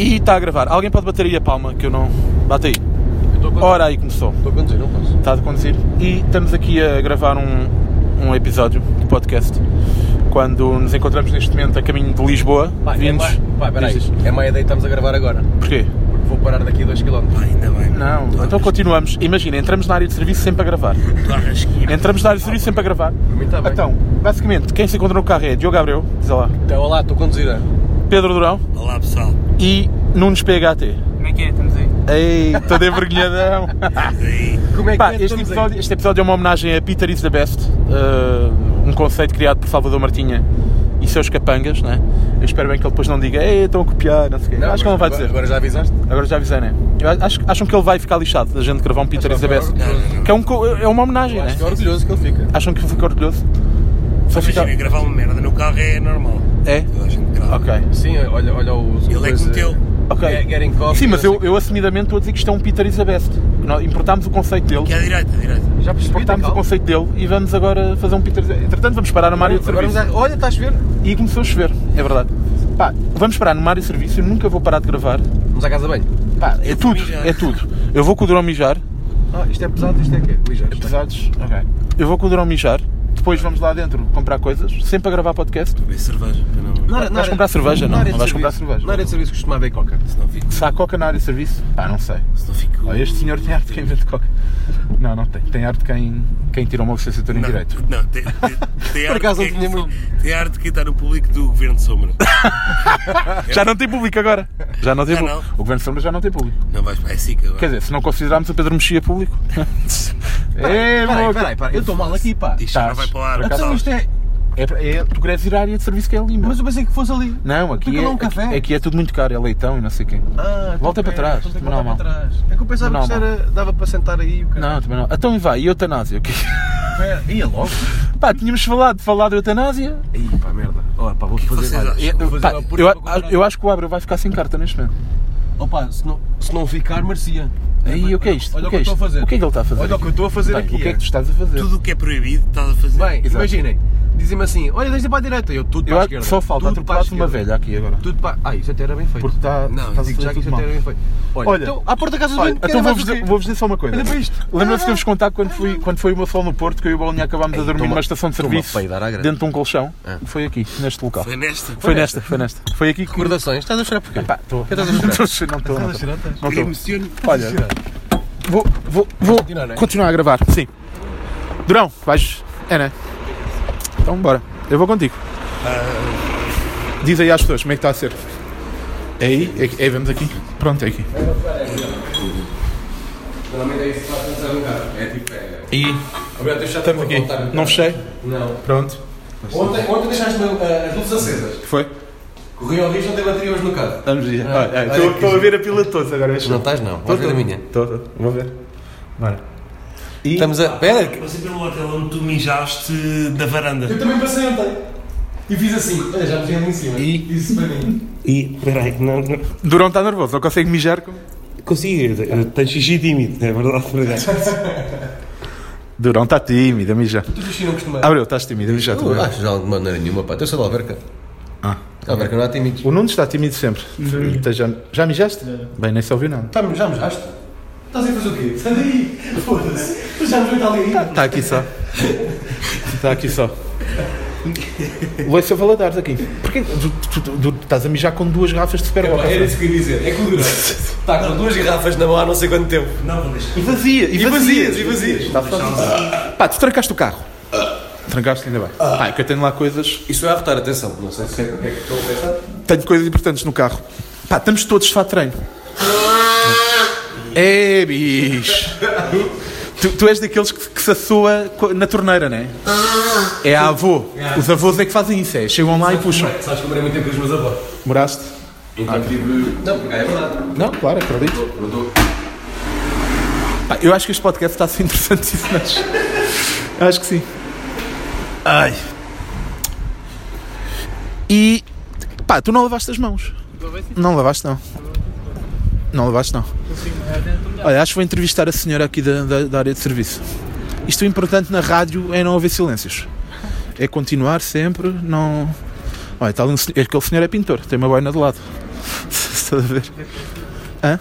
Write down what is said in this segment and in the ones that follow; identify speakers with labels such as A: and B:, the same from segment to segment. A: E está a gravar. Alguém pode bater aí a palma que eu não. Bate aí.
B: Estou a conduzir.
A: Ora, aí começou.
B: Estou a conduzir, não posso.
A: Está a conduzir. E estamos aqui a gravar um, um episódio de podcast. Quando nos encontramos neste momento a caminho de Lisboa,
B: Pá,
A: vindos.
B: É ma... Pá, peraí.
A: Diz isto.
B: É meia-day e estamos a gravar agora.
A: Porquê?
B: Porque vou parar daqui a 2km. Ainda bem.
A: Não, então continuamos. Imagina, entramos na área de serviço sempre a gravar. Entramos na área de serviço sempre a gravar.
B: Por mim está Tá bem.
A: Então, basicamente, quem se encontra no carro é Diogo Abreu, diz lá,
B: Então, olá, estou a conduzir. é?
A: Pedro Durão
C: Olá pessoal,
A: e Nunes PHT.
D: Como é que é? Estamos aí.
A: Ei, todo envergonhadão!
C: estamos aí.
B: Como é que
A: Pá,
B: é?
A: este,
B: Estamos aí.
A: episódio, este episódio é uma homenagem a Peter is the Best, eh, um conceito criado por Salvador Martinha e seus capangas, né? Eu espero bem que ele depois não diga, ei, estão a copiar, não sei o quê. acho que ele não vai
B: agora-
A: dizer. Agora,
B: Agora já avisaste?
A: já avisei, né? Eu acho, acham que ele vai ficar lixado da gente gravar um Peter is the
B: Acho que
A: Best.
B: agora-
A: Que é, um co- é uma homenagem,
B: Eu
A: né?
B: Acho que é orgulhoso que ele fica.
A: Acham que eu fico orgulhoso? Só
C: Imagina,
A: fica.
C: gravar uma merda no carro é normal.
A: É?
C: Toda a gente grava.
A: Ok.
B: Sim, olha, olha os.
C: Ele é que
B: os, eh,
C: meteu.
A: Ok.
B: get- Getting coffee.
A: Sim, mas
B: não
A: eu, eu assumidamente estou a dizer que isto é um Peter is the Best. Nós importámos o conceito dele.
C: Que é a direita, a direita.
B: sei. Já percebi, tá
A: Importámos o
B: calmo.
A: conceito dele e vamos agora fazer um Peter. is the- Entretanto, vamos parar numa área de
B: Agora
A: serviço.
B: vamos a- Olha, estás a ver?
A: E começou a chover, é verdade. Pá, vamos parar numa área de serviço, eu nunca vou parar de gravar.
B: Vamos à casa bem.
A: Pá, é
C: Eu vou
A: tudo,
C: mijar.
A: é tudo. Eu vou com o Durão mijar.
B: Ah, isto é pesado, isto é quê? Ligeiro.
A: Pesados, ok. Eu vou com o Durão mijar. Depois vamos lá dentro comprar coisas, sempre a gravar podcast.
C: Beber cerveja, para não,
B: Na área-
A: Vais
B: na área-
A: comprar cerveja, não?
B: na área
A: Não
B: de
A: vais
B: serviço-
A: comprar cerveja?
B: Na área de serviço costuma haver coca.
C: senão fico.
A: Se há coca na área de serviço, pá, não sei.
C: Senão fico
A: Olha, Ah, este senhor tem arte de quem vende coca. Não, não tem. Tem arte de quem, quem tira uma licenciatura em
C: não,
A: é direito.
C: Não, tem, tem, tem arte
B: acaso
C: que é
B: não tinha
C: que- Tem arte de quem está no público do Governo de Sombra.
A: Já não tem público agora. Já não tem
C: Já
A: público.
C: não.
A: O Governo de Sombra já não tem público.
C: Não vais para a SICA agora.
A: Quer dizer, se não considerarmos o Pedro Mexia público. é,
B: Peraí, peraí, peraí, eu estou mal aqui, pá.
C: Isto já não vai para o ar.
A: Por
B: Então
C: pessoal.
B: isto é.
A: É, é, tu queres ir à área de serviço que é ali, meu.
B: Mas eu pensei que fosse ali.
A: Não, aqui
B: Porque
A: é,
B: não é um
A: aqui-
B: café.
A: aqui é tudo muito caro, é leitão e não sei o quê.
B: Ah, então
A: Volta para
B: pera,
A: trás,
B: então tem que
A: mas não
B: voltar
A: há
B: para trás. É que eu pensava
A: Não
B: que isto
A: há mal.
B: era, dava para sentar aí o cara.
A: Não, também não. Então e vai, e eutanásia? o quê?
B: Pera, Ia logo.
A: Pá, tínhamos falado, falado de eutanásia.
B: Ih, pá, merda. Ó, pá, vou
C: que
B: fazer.
C: vocês
B: olha,
C: acham?
B: eu- vou fazer
A: Pá,
B: uma pura
A: eu,
B: para comprar.
A: eu acho que o Abreu vai ficar sem carta neste momento.
B: Opa, se não, se não ficar, Marcia.
A: Aí, o que é isto?
B: Olha
A: o que é
B: eu
A: isto?
B: estou a fazer.
A: O que é que ele está a fazer?
B: Olha o que eu estou a fazer
A: Bem,
B: aqui.
A: O que é que
B: é.
A: tu estás a fazer?
C: Tudo o que é proibido estás a fazer.
B: Bem,
A: Exato.
B: imaginem. Dizem-me assim, olha, deixa para a direita. Eu tudo
A: eu
B: para a
A: acho que
B: esquerda.
A: só falta
B: Tudo para a
A: atropelar-te uma
B: esquerda.
A: velha aqui agora.
B: Tudo para... Ah, isso até era bem feito.
A: Porque está.
B: Não,
A: estás a
B: digo já
A: fazer
B: que isso
A: tudo
B: até
A: mal.
B: era bem feito. Olha,
A: Olha,
B: então, à porta da casa do
A: Olha,
B: vento,
A: então
B: quem
A: vou-vos
B: vai
A: dizer,
B: fazer?
A: vou dizer só uma coisa.
B: Olha para isto. Ah.
A: Lembram-se que eu vos contar quando, fui, quando foi o meu sol no Porto, que eu e o Bolinha acabámos a dormir
B: toma-
A: numa estação de
B: toma
A: serviço
B: peidar à grande.
A: dentro de um colchão?
B: Ah.
A: Foi aqui, neste local.
C: Foi nesta.
A: Foi nesta, foi nesta. Foi aqui que.
B: Recordações? Estás a chorar porquê?
A: Pá, estou.
B: estás a chorar?
A: Não estou, não
B: Estás a
A: estou.
B: chorar? estás?
A: Não
C: Queria
A: estou.
C: emociono.
A: Olha, vou, vou, vou
B: continuar, não é?
A: continuar a gravar. Sim. Durão, vais. É, né? Então, bora. Eu vou contigo. Diz aí às pessoas como é que está a ser. É aí? É, que- é, vemos aqui? Pronto, é aqui. E estamos aqui. Não fechei?
B: Não.
A: Pronto.
B: Ontem, ontem deixaste-me ah, as luzes acesas.
A: Que foi?
B: Corri ao risco de ter é bateria hoje no carro.
A: Vamos ver.
B: Ah,
A: Olha,
B: olha
A: Estou
B: que
A: estou a ver a pila de todos agora. vês?
B: Não estás não, vais ver a minha.
A: Estou, estou. Vou ver. Bora. E...
B: Estamos a... Pera!
C: Você pelo hotel onde tu mijaste da varanda.
B: Eu também passei ontem. E fiz assim. Olha, já me vi ali em cima.
C: E?
B: Disse para mim.
C: E, peraí, não, não.
A: Durão está nervoso, não consegue mijar. com-
C: Consigo, Eh, tens xixi tímido, é verdade, verdade.
A: Durão
B: tá
A: está tímido a mijar.
B: Tu xixi não costumas.
A: Abreu, estás tímido a mijar também.
B: Tá. acho já de maneira nenhuma, pá. Eu sou da Alverca.
A: Ah.
B: A Alverca não há tímidos.
A: O Nuno está tímido sempre. Então, Já, já mijaste? Bem, nem se ouviu nada.
B: Tá, já me jaste? Estás a fazer o quê? Sai daí! Foda-se! Tu já me vês ali ainda.
A: Está aqui só. Está aqui só. Leite Valadares aqui. Porquê? Tu, tu- tu- tu estás a mijar com duas garrafas de Super Bowl.
B: Era isso que eu ia dizer. É que o Durão está com duas garrafas na mão há não sei quanto tempo.
C: Não vou deixar.
A: E vazia, e, Tá.
B: vazias, e vazias.
A: Está fácil. Pá, tu trancaste o carro. Trancaste, ainda bem.
B: Ah.
A: Pá, é que eu tenho lá coisas.
B: Isso é a rotar, atenção. Não sei se é o que é que estou a pensar.
A: Tenho coisas importantes no carro. Pá, estamos todos de fato de treino. É, bicho. Tu, tu és daqueles que, que se assoa co- na torneira, não é? É a avô. Os avós é que fazem isso, é. Chegam lá e puxam.
B: Sabes que eu morei muito tempo com os meus avós.
A: Moraste?
B: Enquanto tive... Não, porque é verdade.
A: Não, claro, acredito.
B: Eu dou-
A: Pá, eu acho que este podcast está a ser interessantíssimo. Acho, acho que sim. Ai. E. Pá, tu não lavaste as mãos. Não lavaste, não. Não lavaste, não. Olha, acho que vou entrevistar a senhora aqui da, da, da área de serviço. Isto o importante na rádio é não haver silêncios. É continuar sempre, não. Olha, está ali um senhor, aquele senhor é pintor, tem uma boina de lado. estás a ver? Hã?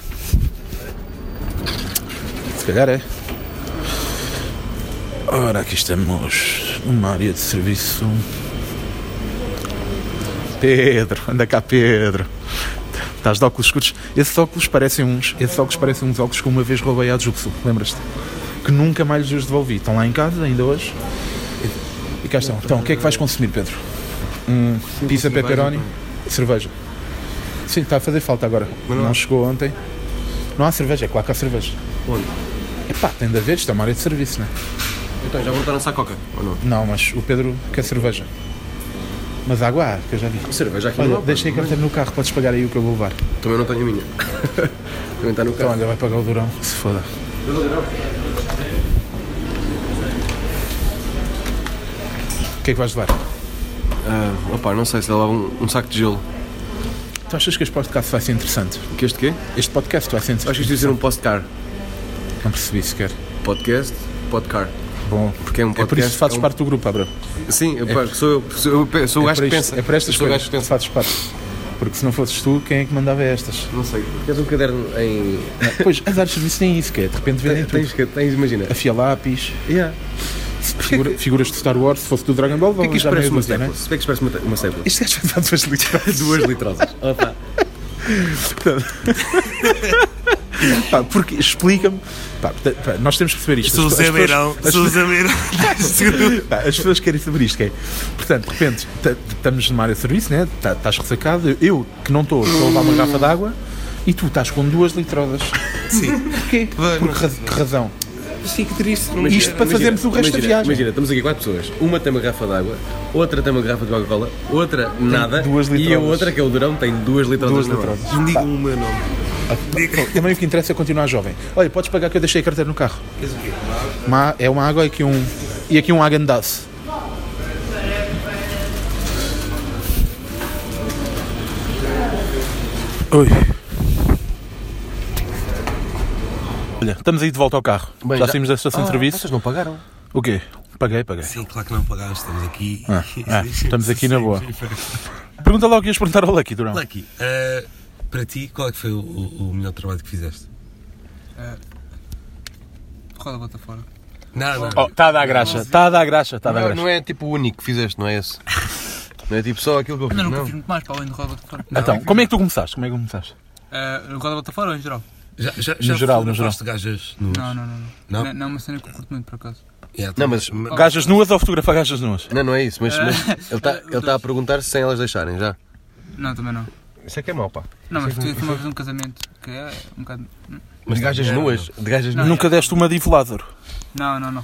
A: Se calhar é. Ora, aqui estamos numa área de serviço. Pedro, anda cá, Pedro. Estás de óculos escuros. Esses óculos parecem uns, esses óculos parecem uns óculos que uma vez roubei à Juxu, lembras-te? Que nunca mais lhes os devolvi. Estão lá em casa ainda hoje. E cá estão. Então, o que é que vais consumir, Pedro? Um pizza pepperoni e cerveja. Sim, está a fazer falta agora.
B: Mas não
A: não
B: há.
A: chegou ontem. Não há cerveja, é claro que há cerveja.
B: Onde?
A: Epá, tem de haver, isto é uma área de serviço, né?
B: Então, já voltaram-se à coca, ou não?
A: Não, mas o Pedro quer cerveja. Mas água há, que eu já vi.
B: Cerveja aqui
A: Olha,
B: não Tá. há,
A: deixei a
B: pá.
A: carteira no carro, podes espalhar aí o que eu vou levar.
B: Também não tenho a minha. Também está no
A: Então,
B: carro.
A: olha, vai pagar o Durão, se foda. O que é que vais levar?
B: Ah, opá, não sei se levava um, um saco de gelo.
A: Tu achas que este podcast vai ser interessante?
B: Que este quê?
A: Este podcast vai ser interessante?
B: Acho que isto ia ser um postcar.
A: Não percebi sequer.
B: Podcast, podcar.
A: Bom,
B: Porque é um
A: é
B: podcast.
A: por isso que fazes
B: é um-
A: parte do grupo, Abra.
B: Sim, eu, pá, sou eu. Sou, eu pe- sou o
A: é
B: gajo
A: para
B: que
A: isto-
B: pensa.
A: É para estas
B: sou o
A: coisas
B: gajo
A: que
B: que pensa.
A: fazes parte. Porque se não fosses tu, quem é que mandava estas?
B: Não sei. Queres um caderno em.
A: Pois, as áreas de serviço nem isso, que é. De repente vendem tudo. É.
B: Tens, que- tens imagina.
A: Afia lápis,
B: Yeah.
A: figura- figuras de Star Wars, se fosse do Dragon Ball,
B: O que é que isto
A: já
B: parece
A: meia
B: uma
A: dúzia, não é?
B: staples? O que é que isto parece uma, ta- uma staples?
A: Este gajo vai dar duas literais.
B: Duas litrosas. Oh, Opa.
A: Pá, porque explica-me. Pá, porta- pá, nós temos que perceber isto. As- as pessoas- as pessoas- Pá, As pessoas querem saber isto, que é. Portanto, de repente, ta- estamos numa área de serviço, né? Tá- Estás ressacado. Eu- Eu, que não estou, estou a levar uma garrafa de água e tu estás com duas litrosas. Sim. Porquê? Por que raz- que razão?
B: Fico triste.
A: Isto para fazermos o resto da viagem.
B: Imagina, estamos aqui quatro pessoas. Uma tem uma garrafa de água, outra tem uma garrafa de Coca-Cola, outra nada.
A: duas
B: e a
A: litrosas.
B: outra, que é o Durão, tem duas
A: Duas
B: litrosas. na mão.
A: litrosas.
C: Não digam o meu nome.
A: Bom, Também o que interessa é continuar jovem. Olha, podes pagar que eu deixei a carteira no carro. Uma- é uma água e aqui um. E aqui um agandaço. Oi. Olha, estamos aí de volta ao carro.
B: Bem,
A: já,
B: já-
A: saímos da estação de serviço.
B: não pagaram.
A: O quê? Paguei, paguei.
C: Sim, claro que não pagámos, estamos aqui.
A: Ah, ah, estamos aqui na boa. Pergunta logo, ias perguntar ao Lucky, Durão.
C: Lucky, ah, para ti, qual é que foi o, o- o melhor trabalho que fizeste?
E: Roda bota fora.
C: Não, não.
A: Está Oh, tá a dar graxa, está a dar graxa, está a dar graxa.
B: Não é tipo o único que fizeste, não é esse? Não é tipo só aquilo que eu fiz.
E: Não, nunca
B: não.
E: fiz muito mais para além do roda bota fora.
A: Então, como é que tu começaste? Como é que começaste?
E: Ah, no roda bota fora ou em geral?
C: Já, já, já
A: geral, no
C: fotografaste gajas nuas?
E: Não, não, não.
C: Não?
E: Não, não, é uma cena que eu curto muito por acaso.
C: Yeah,
B: Não,
C: tá.
B: mas.
A: Gajas nuas ou fotografa gajas nuas?
B: Não, não é isso, mas, mas ele está ele tá a perguntar se sem elas deixarem já.
E: Não, também não.
B: Isso é que é mau, pá.
E: Não, mas tu foi uma vez um casamento que é um bocado.
B: Mas de gajas nuas, de gajas
E: Não.
B: nuas.
A: Nunca deste uma de Ivolador.
E: Não, não, não.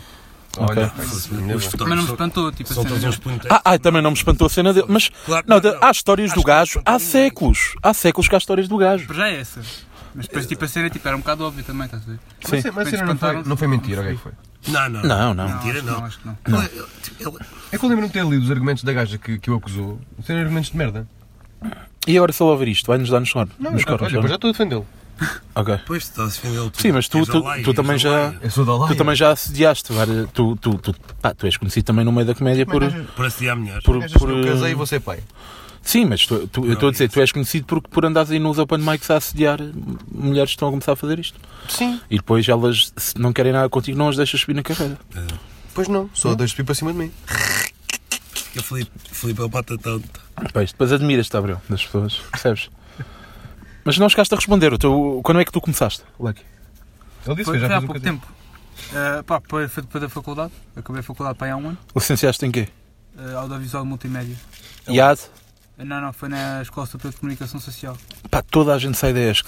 A: Ok.
C: Os
E: Mas não
C: fotógrafos
E: me espantou, tipo
C: são
E: a
C: todos
E: cena.
C: uns punheteiros.
A: Ah, ai, também não me espantou a cena dele. Mas
C: Claro que
A: não,
C: não.
A: há histórias do
C: Acho que
A: gajo
C: não
A: há
C: espantou ninguém.
A: séculos. Há séculos que há histórias do gajo.
E: Para já é essa. Mas depois, tipo, a cena tipo, era um bocado óbvio também, estás a ver?
A: Sim.
B: Mas
E: Sim.
B: não, não, foi, não foi mentira, o que é que foi?
C: Não, não.
A: Não, não.
C: Mentira,
E: Não,
C: não. tipo,
E: acho que não.
C: Ele- ele-
B: É que eu lembro-me de ter lido os argumentos da gaja que, que o acusou. Serem argumentos de merda. Então,
A: E agora se ele ouvir isto, vai-nos dar nos cornos. Nos
B: é, Olha,
A: cornos,
B: mas já
A: cornos.
B: estou a defendê-lo.
A: Ok.
C: Pois, tu estás a defender
A: Sim, mas tu- tu- tu também já-
B: Eu sou da Laia.
A: Tu também já assediaste. várias- Tu, tu, tu, pá, tu és conhecido também no meio da comédia por.
C: Por assim assediar mulheres.
A: por,
B: Gajas que
A: por,
B: eu casei e vou ser pai.
A: Sim, mas tu- tu- eu estou a dizer, tu és conhecido por, por andares aí nos open mics a assediar mulheres que estão a começar a fazer isto.
B: Sim.
A: E depois elas, se não querem nada contigo, não as deixas subir na carreira.
B: Pois não. Só dois para cima de mim.
C: Porque o Filipe, Filipe é o pata tonto.
A: Pois, depois admiras-te, Abreu, das pessoas, percebes? Mas não chegaste a responder. O teu- quando é que tu começaste, Lucky?
B: Ele disse que
E: Foi,
B: eu
E: foi
B: já
E: há
B: fiz um
E: pouco
B: bocadinho.
E: tempo. Ah, pá, foi foi depois da faculdade. Acabei a faculdade para aí há um ano.
A: Licenciaste em quê?
E: Ah, audiovisual multimédia.
B: É um
E: Eh,
A: IAD?
E: Não, não, foi na Escola Superior de Comunicação Social.
A: Pá, toda a gente sai da ESC.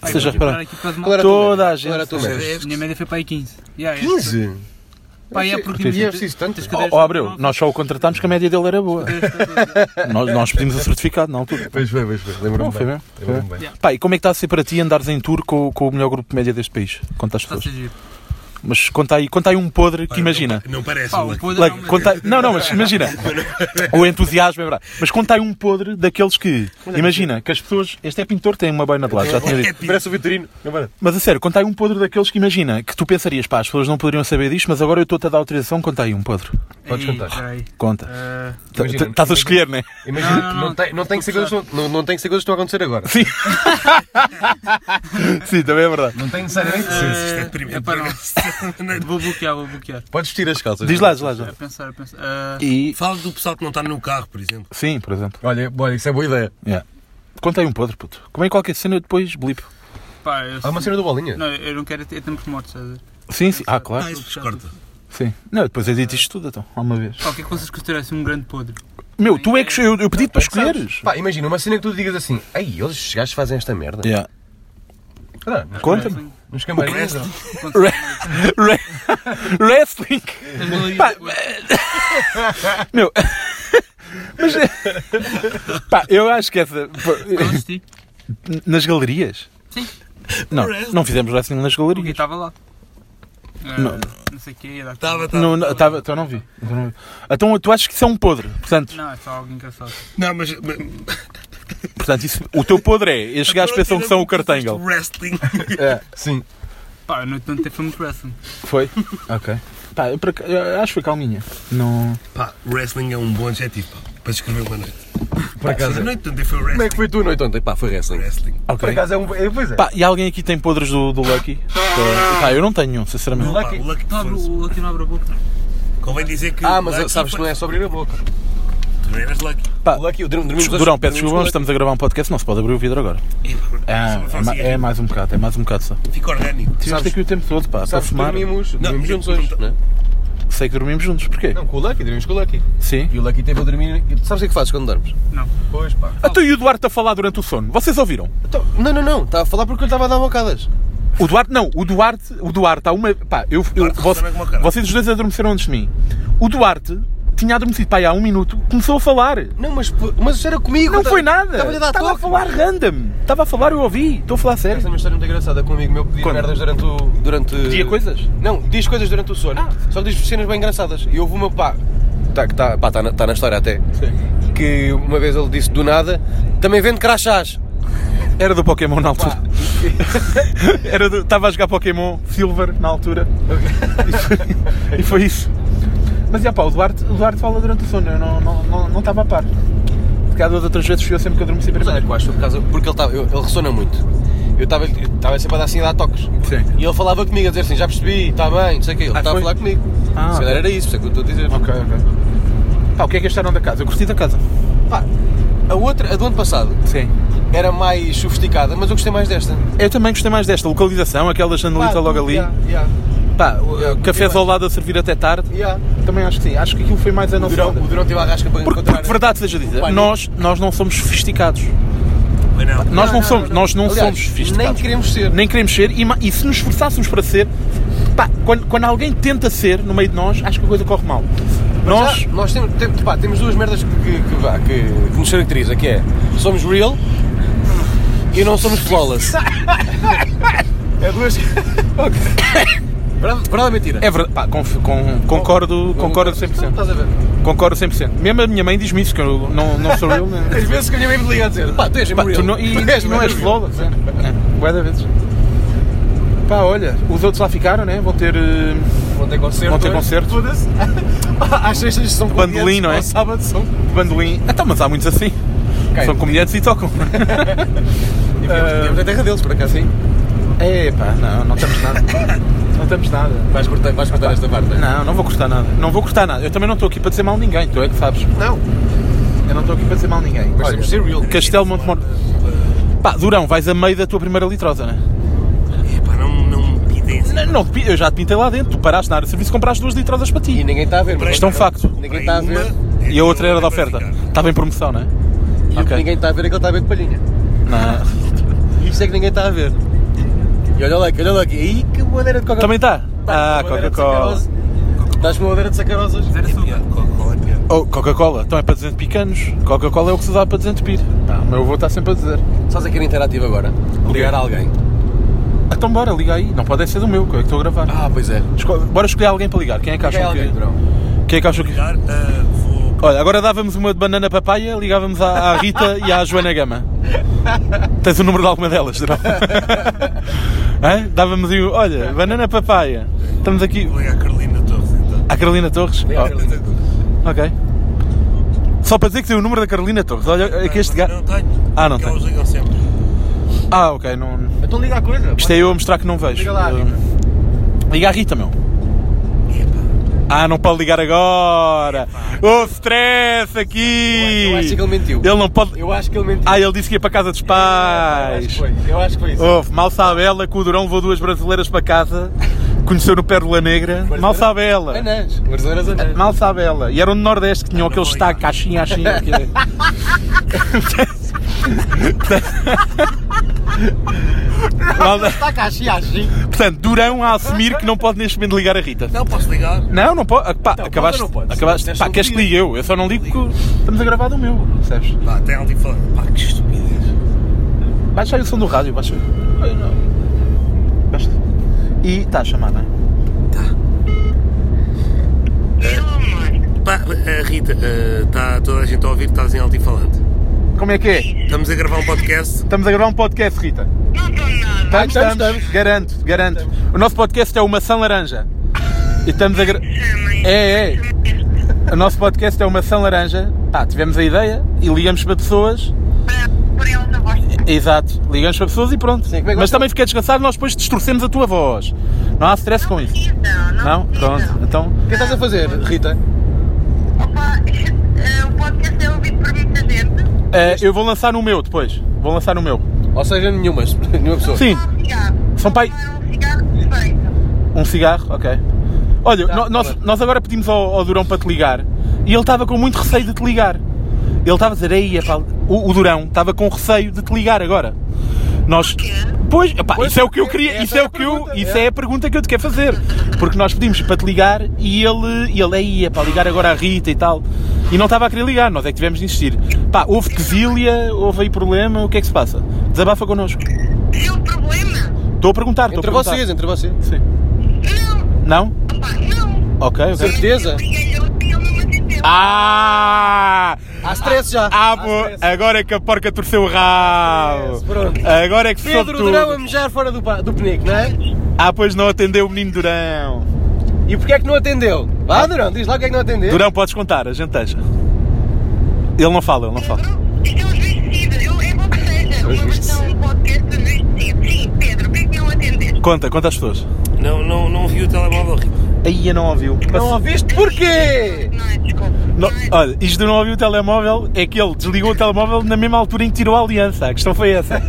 A: Vocês já
E: Parar
A: repararam?
E: aqui para
B: Qual era é a tua
A: Toda
B: média?
A: a gente.
B: Qual era a tua
C: Sim.
B: média?
C: É,
E: Minha média foi para aí 15. Yeah, yeah.
B: 15.
E: Pá, é porque
B: E é preciso tanto.
E: Tens que-
A: Ó oh, Abreu, nós só o contratámos que a média dele era boa. nós, nós pedimos o certificado na altura.
B: Pois foi, pois foi.
A: Não,
B: Lembro-me
A: foi
B: bem.
A: mesmo. foi mesmo.
B: Lembro-me bem.
A: Pá, e como é que está a ser para ti andares em tour com, com o melhor grupo de média deste país? Conta às
E: Está a
A: pessoas.
E: ser giro.
A: Mas conta aí, conta aí um podre que imagina.
C: Não parece,
E: Pá,
C: Lucky.
E: o podre
A: Like,
E: não,
A: conta- não, não, mas imagina. o entusiasmo é verdade. Mas conta aí um podre daqueles que. Imagina, que as pessoas. Este é pintor, tem uma boina de lado, já
C: é
A: tinha dito.
B: Parece o Vitorino. Não, para.
A: Mas a sério, conta aí um podre daqueles que imagina, que tu pensarias, pá, as pessoas não poderiam saber disto, mas agora eu estou-te a dar autorização, conta aí um podre.
B: Podes
E: Ih,
B: contar.
E: peraí.
A: Conta.
E: Ah,
A: Tá-
B: Imagina,
A: tá- Estás a escolher, não é?
B: Imagina
E: Não,
B: que
E: não,
B: não,
E: não,
B: tem, não, tem que ser coisas, que não, não tem que ser coisas que estão a acontecer agora.
A: Sim. Sim, também é verdade.
B: Não tem necessariamente.
E: ah,
B: Sim,
C: é deprimente,
E: é pá, não. vou bloquear, vou bloquear.
B: Podes tirar as calças.
A: Diz lá, diz lá, diz
E: A
A: lá.
E: pensar, a pensar. Ah,
A: E.
C: Fala do pessoal que não está no carro, por exemplo.
A: Sim, por exemplo.
B: Olha, olha, isso é boa ideia.
A: Yeah. Conta aí um podre, puto. Como é qualquer cena eu depois blipo.
E: pá, eu,
B: Há uma cena do bolinha.
E: não, eu não quero é ter tempos mortos, estás a ver?
A: Sim, sim. Ah,
C: Ah,
A: claro.
C: isso descorta.
A: Sim. Não, eu depois edito isto tudo, então, há uma vez.
E: Pá, o que é que vocês considerassem um grande podre?
A: Meu, tu é que. Eu, eu pedi-te para escolheres.
B: Pá, imagina uma cena que tu digas assim: Ei, eles os gajos fazem esta merda.
A: Yeah.
B: Ah, nos-
A: Conta-me.
B: Nos camarões.
C: O
A: Re- Wrestling! Pá, Meu. Mas. Pá, eu acho que essa.
E: Consti,
A: Nas galerias?
E: Sim.
A: Não, não fizemos wrestling nas
E: porque
A: galerias.
E: estava lá. Ah,
A: Não.
E: Não sei o que, ia dar.
B: Tá.
C: Estava, estava.
A: Não, não, tava- então não vi. Então, não vi. Então tu achas que isso é um podre? Portanto,
E: Não, é só algo engraçado.
C: Não, mas. mas-
A: portanto isso, o teu podre é. Estes gajos
C: Então,
A: pensam que são o cartangle.
C: Wrestling.
B: É, sim.
E: Pá, a noite de ontem foi muito wrestling.
A: Foi? Ok. Pá, eu, por aca- eu acho que foi calminha. Não.
C: Pá, wrestling é um bom adjetivo pá, para descrever uma noite.
B: Por acaso.
C: A noite de ontem foi wrestling.
B: Como é que foi a tua noite ontem? Pá, foi wrestling.
C: Wrestling.
B: Por
A: Ok.
B: acaso é um. é, Pois é.
A: Pá, e alguém aqui tem podres do, do Lucky? Pá, eu não tenho nenhum, sinceramente.
C: Pá, o Lucky
E: Não Então abre
C: Force.
E: o aqui não abre a boca.
C: Convém dizer que.
B: Ah, mas
C: Lucky
B: sabes que
C: foi-
B: não é só abrir a boca.
C: Tu não eras Lucky.
A: Pá,
B: Lucky, eu dormi- dormimos
A: Durão,
B: hoje-
A: peço desculpa, mas
B: dormimos com
A: estamos a gravar um podcast, não se pode abrir o vidro agora. Ah, é ma- é, mais um bocado, é mais um bocado só.
C: tipo, Fica orgânico.
A: Tiveste
B: Sabes-
A: aqui o tempo todo, pá, para
B: Sabes que
A: fumar.
B: dormimos, dormimos
C: eu-
B: juntos hoje, não é?
A: Sei que dormimos juntos, porquê?
B: Não, com o Lucky, dormimos com o Lucky.
A: Sim.
B: E o Lucky teve a dormir. e- Sabes o que é que fazes quando dormes?
E: Não.
B: Pois pá.
A: Até Então, e o Duarte a falar durante o sono, vocês ouviram?
B: Então, não, não, não. Estava a falar porque eu lhe estava a dar bocadas.
A: O Duarte, não, o Duarte, o Duarte, há uma. Pá, eu. eu
C: Duarte
A: voce-
C: ressona como o caralho.
A: vocês os dois adormeceram antes de mim. O Duarte tinha adormecido, pá, há um minuto, começou a falar.
B: Não, mas, mas isso era comigo.
A: Não
B: eu
A: foi
B: tava-
A: nada!
B: Então, Estava-lhe a dar
A: Estava a
B: toque.
A: falar random! Estava a falar, eu ouvi, estou a falar a
B: Essa é
A: sério.
B: uma história muito engraçada com um amigo meu que pedia
A: Quando?
B: merdas durante o. Durante...
A: Pedia coisas? Ah.
B: Não, diz coisas durante o sono. Só diz cenas bem engraçadas. E houve uma pá. Tá, que tá, pá, está na, tá na história até. Que uma vez ele disse do nada: também vende crachás.
A: Era do Pokémon na altura. Era do. Estava a jogar Pokémon Silver na altura. E foi, e foi isso. Mas já pá, o Duarte, o Duarte fala durante o sono, eu não estava não, não, estava a par. Se calhar duas outras vezes fui eu sempre que eu adormeci
B: Mas olha,
A: primeiro.
B: que eu acho, por causa, porque ele, tava, eu- ele ressona muito. Eu estava estava sempre a dar assim a dar toques.
A: Sim.
B: E ele falava comigo a dizer assim: já percebi, está bem, não sei o quê. Ele
A: Ah,
B: estava
A: foi?
B: a falar comigo.
A: Ah,
B: Se
A: ok.
B: calhar era isso, por isso é que eu estou a dizer.
A: Ok, ok. Pá, o que é que acharam da casa? Eu gostei da casa.
B: Pá, a outra, a do ano passado,
A: Sim.
B: era mais sofisticada, mas eu gostei mais desta.
A: Eu também gostei mais desta localização, aquela janelita
B: Pá,
A: então logo
B: tudo,
A: ali.
B: yeah, yeah,
A: Pá,
B: Yeah,
A: cafés
B: curti
A: ao lado a servir até tarde.
B: yeah.
A: Também acho que sim. Acho que aquilo foi mais a
B: O
A: nossa.
B: Durão,
A: onda.
B: o Durão teve a rasca para
A: Porque,
B: encontrar.
A: porque verdade seja dita,
B: Pá,
A: nós, nós não somos sofisticados.
C: Mas não.
A: Nós não, somos, nós não
B: Aliás,
A: somos tá, tipo,
B: Nem
A: sofisticados.
B: queremos ser.
A: Nem queremos ser e, ma- e se nos esforçássemos para ser, pá, quando, quando alguém tenta ser no meio de nós, acho que a coisa corre mal. nós,
B: Já, nós temos, tem- pá, temos duas merdas que, que, que vá, que, que nos caracteriza, que é somos real e não somos flawless. é duas. Ok. Verdade, verdade ou mentira?
A: é verdade, pá, conf- com- concordo, concordo 100%.
B: Estás a ver?
A: Concordo 100%. Mesmo a minha mãe diz-me isso, que eu não, não sou eu. né?
B: Às vezes que a minha mãe me liga a dizer, pá, tu és
A: Pá,
B: real.
A: tu não, e tu não és
B: mesmo real.
A: flawless, é. É, bué da vezes. Pá, olha, os outros lá ficaram, né? Vão ter eh,
B: Vão ter concerto.
A: Vão ter
B: hoje.
A: concerto.
B: Foda-se. Às sextas são
A: Bandolim,
B: comediantes,
A: não é?
B: Ao sábado são.
A: bandolim. Então, mas há muitos assim.
B: Quem?
A: São comediantes e tocam.
B: E viemos da terra deles, por acaso. Sim.
A: É, pá, não, não estamos nada. Não estamos nada.
B: Vais cortar, vais cortar esta parte.
A: Não, não vou cortar nada. Não vou cortar nada. Eu também não estou aqui para dizer mal a ninguém, tu é que sabes.
B: Não.
A: Eu não estou aqui para dizer mal a ninguém.
B: Mas
A: Olha,
B: temos de ser real.
A: Castelo Montemor. Pá, Durão, vais a meio da tua primeira litrosa, né?
C: É pá, não, não me pitem assim.
A: não é? Eu já te pintei lá dentro. Tu paraste na área de serviço e compraste duas litrosas para
B: E
A: ti.
B: ninguém está a ver. mas
A: Isto é um facto.
B: Ninguém tá está a
C: Uma
B: ver.
C: é
A: E a outra era da
C: para
A: oferta.
C: ficar.
A: Estava em promoção, não é?
B: E o que
A: Ok.
B: ninguém está a ver é que ele está a ver de palhinha.
A: Não.
B: E isto é que ninguém está a ver. E olha lá, aqui, olha lá aqui. Ih, que bandeira de Coca-Cola.
A: Também está? Ah, Coca-Cola.
B: Estás com uma bandeira de sacarosas.
E: Zero açúcar.
C: Qual é pior?
A: Oh, Coca-Cola. Então é para desentupir canos. Coca-Cola é o que se dá para desentupir. Ah, o meu avô está sempre a dizer.
B: Sabes aqui era interativo agora? Ligar a alguém.
A: Então bora, liga aí. Não pode ser do meu, que eu é que estou a gravar.
B: Ah, pois é.
A: Esco- Bora escolher alguém para ligar. Quem é que
B: Liga a
A: acham que...
B: alguém, Durão.
A: Quem é que acham que...
C: Ligar, ah, vou.
A: Olha, agora dávamos uma de banana papaya, ligávamos à, à Rita e à Joana Gama. Tens o número de alguma delas, não? Hã? Dávamos aí, o- olha, banana papaya. Estamos aqui.
C: Vou ligar a Carolina Torres então.
A: A Carolina Torres? Oh,
B: Vem à Carolina.
A: Ok. Só para dizer que tem o número da Carolina Torres. Olha, é que este gajo.
F: Não tenho.
A: Ah, não
F: Porque
A: tem.
F: Eles ligam sempre.
A: Ah, ok. Não...
B: Então liga a coisa.
A: Isto é eu a mostrar que não vejo. Liga
B: lá à Rita.
A: Liga à Rita, meu. Ah, não pode ligar agora. Houve stress aqui.
B: Eu acho que ele mentiu.
A: Ele não pode.
B: Eu acho que ele mentiu.
A: Ah, Oh. ele disse que ia para a casa dos
B: Eu acho que
A: pais.
B: foi. Eu acho que foi isso.
A: Houve. Mal sabe ela que o Durão levou duas brasileiras para casa. Conheceu no Pérola Negra. Mal sabe ela.
B: Anãs. Brasileiras anãs.
A: Mal sabe ela. E era no Nordeste que tinham aquele
F: vou
A: estaque, caixinha, assim. que é. Mal-
B: Está cá, xi, xi.
A: Portanto, Durão a assumir que não pode neste momento ligar a Rita.
F: Não, posso ligar?
A: Não, não pode. Ah, Pá, acabaste.
B: não podes?
A: acabaste
B: Tens
A: pá,
B: de
A: queres que
B: pedir.
A: ligue eu? Eu só um não ligo porque estamos a gravar do meu, percebes?
F: Pá, tem alguém falando. Pá, que estupidez.
A: Baixa aí o som do rádio, baixa. Baixa. E está a chamar, não é?
F: Pá, eh, Rita, está toda a gente a ouvir, estás em altifalante.
A: Como é que é?
F: Estamos a gravar um podcast.
A: Estamos a gravar um podcast, Rita. Não estamos nada. Estamos, estamos. Garanto, garanto. O nosso podcast é uma maçã laranja. E estamos a gra... É, é. O nosso podcast é uma maçã laranja. Pá, tivemos a ideia e ligamos para pessoas.
G: por eles a voz.
A: Exato. Ligamos para pessoas e pronto.
B: Sim, como é que
A: Mas
B: vocês-
A: também fica descansado, nós depois distorcemos a tua voz. Não há stress com isso.
G: Então,
A: Não? Pronto. Então,
B: O que estás a fazer, Rita?
G: Opa, eh, o podcast é ouvido por muita gente.
A: eh, eu vou lançar no meu depois. Vou lançar no meu.
B: Ou seja, nenhuma, nenhuma pessoa.
A: Sim.
G: Um cigarro.
A: São pai-
G: Um cigarro perfeito.
A: Um cigarro, ok. Olha, no-
B: tá
A: nós,
B: bem.
A: nós agora pedimos ao, ao Durão para te ligar e ele estava com muito receio de te ligar. Ele estava a dizer, aí, epá, o, o Durão estava com receio de te ligar agora. Nós. Pois, epá, isso é o que eu queria,
B: essa
A: isso é,
B: é a
A: o que eu,
B: pergunta,
A: isso
B: é.
A: é a pergunta que eu te quero fazer. Porque nós pedimos para te ligar e ele, e ele aí, epá, ligar agora à Rita e tal. E não estava a querer ligar, nós é que tivemos de insistir. Pá, houve quesilha, houve aí problema, o que é que se passa? Desabafa connosco.
G: É um problema?
A: Estou a perguntar, estou a
B: Entre
A: perguntar.
B: vocês, entre vocês.
A: Sim.
G: Não.
A: Não?
G: Opa, não.
A: Ok, ok.
B: Certeza?
G: Liguei-lhe ontem e ele não me atendeu.
A: Ah!
B: Há stress já.
A: Ah,
B: Há
A: bo-
B: stress.
A: agora é que a porca torceu o rabo!
B: Pronto.
A: Agora é que se soube
B: Pedro Durão a
A: tudo.
B: mejar fora do, pa- do penico, não é?
A: Ah, pois não atendeu o menino Durão.
B: E porquê é que não atendeu? Vá, Durão, diz lá o que é que não atendeu.
A: Durão, podes contar, a gente deixa. Ele não fala, ele não fala.
G: Isto é um juiz de Cid. Eu- É bom que seja. Uma versão um podcast do juiz de Cid. Sim, Pedro, por que é que não atendeste?
A: Conta, conta às pessoas.
F: Não, não, não vi o telemóvel, Rita.
A: Aí não ouviu.
B: Não ouviste porquê?
G: Não é desculpa.
A: Não,
G: Não é-
A: olha, isto de não ouvir o telemóvel é que ele desligou o telemóvel na mesma altura em que tirou a aliança. A questão foi essa.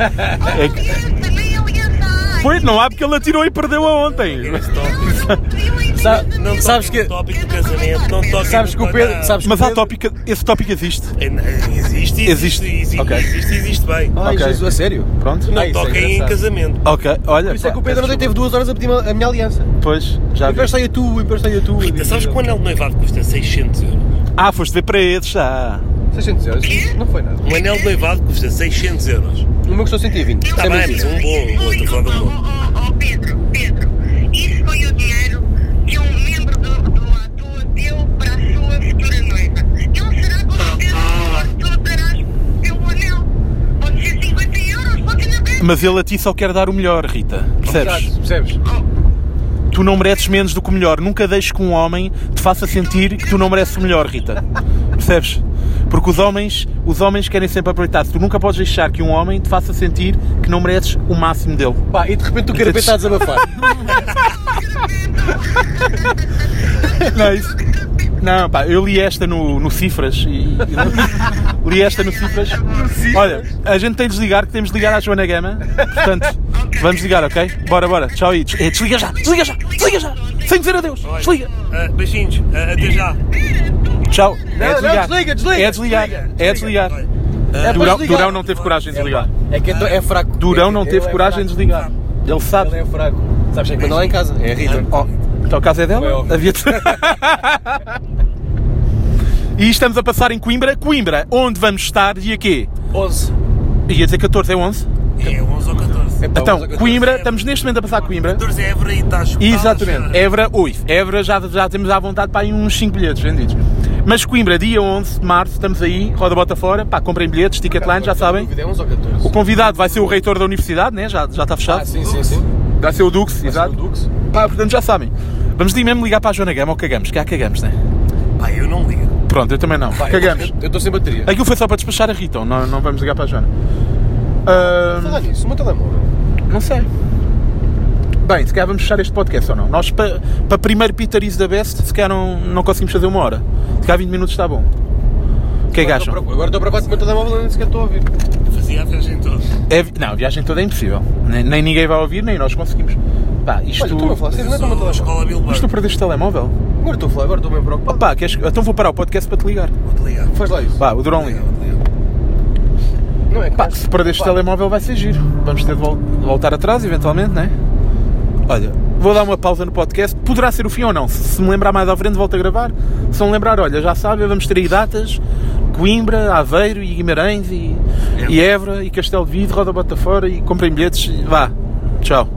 A: É que-
G: Aliança, nem aliança há.
A: Pois, não há porque ele atirou e perdeu a ontem.
F: Esse tópico.
G: Não, não pediu ainda.
B: Sa-
F: Não toquem
B: Sabes
F: no
B: que-
F: tópico do casamento, não toquem
B: Sabes
F: no
B: que o
F: coisa-
B: Pedro. Sabes que
A: Mas
B: o
A: há
B: Pedro...
A: tópico, esse tópico existe.
F: É, não, Existe,
A: Existe.
F: existe, existe,
A: Ok.
F: existe, existe bem.
B: Ai,
A: Ok.
B: Jesus, a sério?
A: Pronto?
F: Não
B: Ah, isso é
F: toquem em
B: engraçado.
F: casamento.
A: Ok, olha.
B: Por isso é que o
A: pá,
B: Pedro ontem teve duas horas a pedir a minha aliança.
A: Pois, já vi.
B: Emprestei a tua, emprestei a tua.
F: Rita, sabes que o anel de noivado custa 600 euros?
A: Ah, foste ver ah. para eles, já.
B: 600 euros? Não foi nada.
F: Um anel de noivado custa 600 euros.
B: O meu custou 120.
F: Tá
B: sem
F: bem,
B: mentira.
F: mas um bom, um bom, estou a falar de um bom.
G: Oh, oh, oh, Pedro, Pedro, isso foi o dinheiro que um membro do, do ator deu para a sua futura noiva. Ele será com certeza que tu darás pelo anel. Pode ser 50 euros, pode ainda bem.
A: Mas ele a ti só quer dar o melhor, Rita. Percebes?
B: Exato, percebes?
A: Tu não mereces menos do que o melhor. Nunca deixes que um homem te faça sentir que tu não mereces o melhor, Rita. Percebes? Porque os homens, os homens querem sempre aproveitar-se. Tu nunca podes deixar que um homem te faça sentir que não mereces o máximo dele.
B: Pá, e de repente o carapete está a desabafar.
A: Não, isso... Não, pá, eu li esta no, no Cifras e, e- li esta no Cifras. Olha, a gente tem de desligar, que temos de ligar à Joana Gama. Portanto, vamos ligar, ok? Bora, bora. Tchau aí. Des- eh, Desliga já, desliga já, desliga já. Sem dizer adeus. Desliga.
F: Ah, beijinhos, Ah, até já.
A: Tchau.
B: Não,
A: é
B: não,
A: desligar.
B: desliga, desliga,
A: É desligar. é desligar.
F: Olha,
B: É para
A: Ah, Durão,
B: desligar.
A: Durão não teve coragem de desligar.
B: É que é, é fraco.
A: Durão
B: É-
A: não
B: ele
A: teve
B: é
A: coragem de
B: fraco.
A: desligar. Ele sabe.
B: Ele é fraco. Sabes quem é que manda lá em casa? É a Rita.
A: Oh, então a casa é
B: Foi
A: dela?
B: óbvio.
A: Havia de- E estamos a passar em Coimbra. Coimbra, onde vamos estar e a quê?
B: 11.
A: Ia dizer 14 é 11?
F: É 11 ou 14.
B: É pá,
A: Então,
B: mas agora-
A: Coimbras, estamos neste momento a passar Coimbra.
F: 14 é Évora e está a chutar,
A: Exatamente.
F: a
A: Évora, ui, Évora já, já temos à vontade para aí uns 5 bilhetes vendidos. Mas Coimbra, dia 11 de março, estamos aí, roda bota fora, pá, comprem bilhetes, Ticketline, já sabem.
B: É 11 ou 14?
A: O convidado vai ser o reitor da universidade, né? Já, já está
B: Ah,
A: fechado.
B: sim, sim, sim.
A: Vai ser o Dux,
B: Exato.
A: exato. Pá, portanto já sabem. Vamos de mesmo ligar para a Joana Gama ou cagamos? Cá cagamos, né?
F: Pá, eu não ligo.
A: Pronto, eu também não.
B: Pá, eu-
A: cagamos.
B: Eu estou sem bateria.
A: Aquilo foi só para despachar a Rita, ou não, não vamos ligar para a Joana. Ah,
B: Falar nisso, o meu telemóvel.
A: não sei. Bem, se calhar vamos fechar este podcast ou não? Nós, para para primeiro Peter is the best, se calhar não, não conseguimos fazer uma hora. Se calhar 20 minutos está bom. O que é que
B: Agora estou
A: acham?
B: preocu- Agora estou preocupado com o meu telemóvel e nem sequer estou a ouvir.
F: ah, Fazia a viagem toda.
A: É vi- não, a viagem toda é impossível. Nem, nem ninguém vai ouvir, nem nós conseguimos. Pá, isto.
B: Olha, estou a falar, sério, não
F: Eu
B: é o meu
F: sou a
B: telemóvel.
F: escola
A: Mas tu
F: Bilbao.
A: perdeste o telemóvel?
B: Agora estou a falar, agora estou bem preocupado.
A: Opa, queres... então vou parar o podcast para te ligar.
F: Vou-te ligar.
B: Faz lá isso.
A: Pá, o Durão liga.
F: Vou-te ligar.
B: Não é que
A: Pá,
B: nós-
A: se perderes o
B: Pá,
A: telemóvel vai ser giro. Vamos ter de vol- voltar atrás, eventualmente, não é? Olha, vou dar uma pausa no podcast. Poderá ser o fim ou não. Se, se me lembrar mais à frente, volto a gravar. Se não lembrar, olha, já sabe, vamos ter aí datas. Coimbra, Aveiro e Guimarães e, e Évora e Castelo de Vido, Roda Bota Fora e comprem bilhetes. Vá, tchau.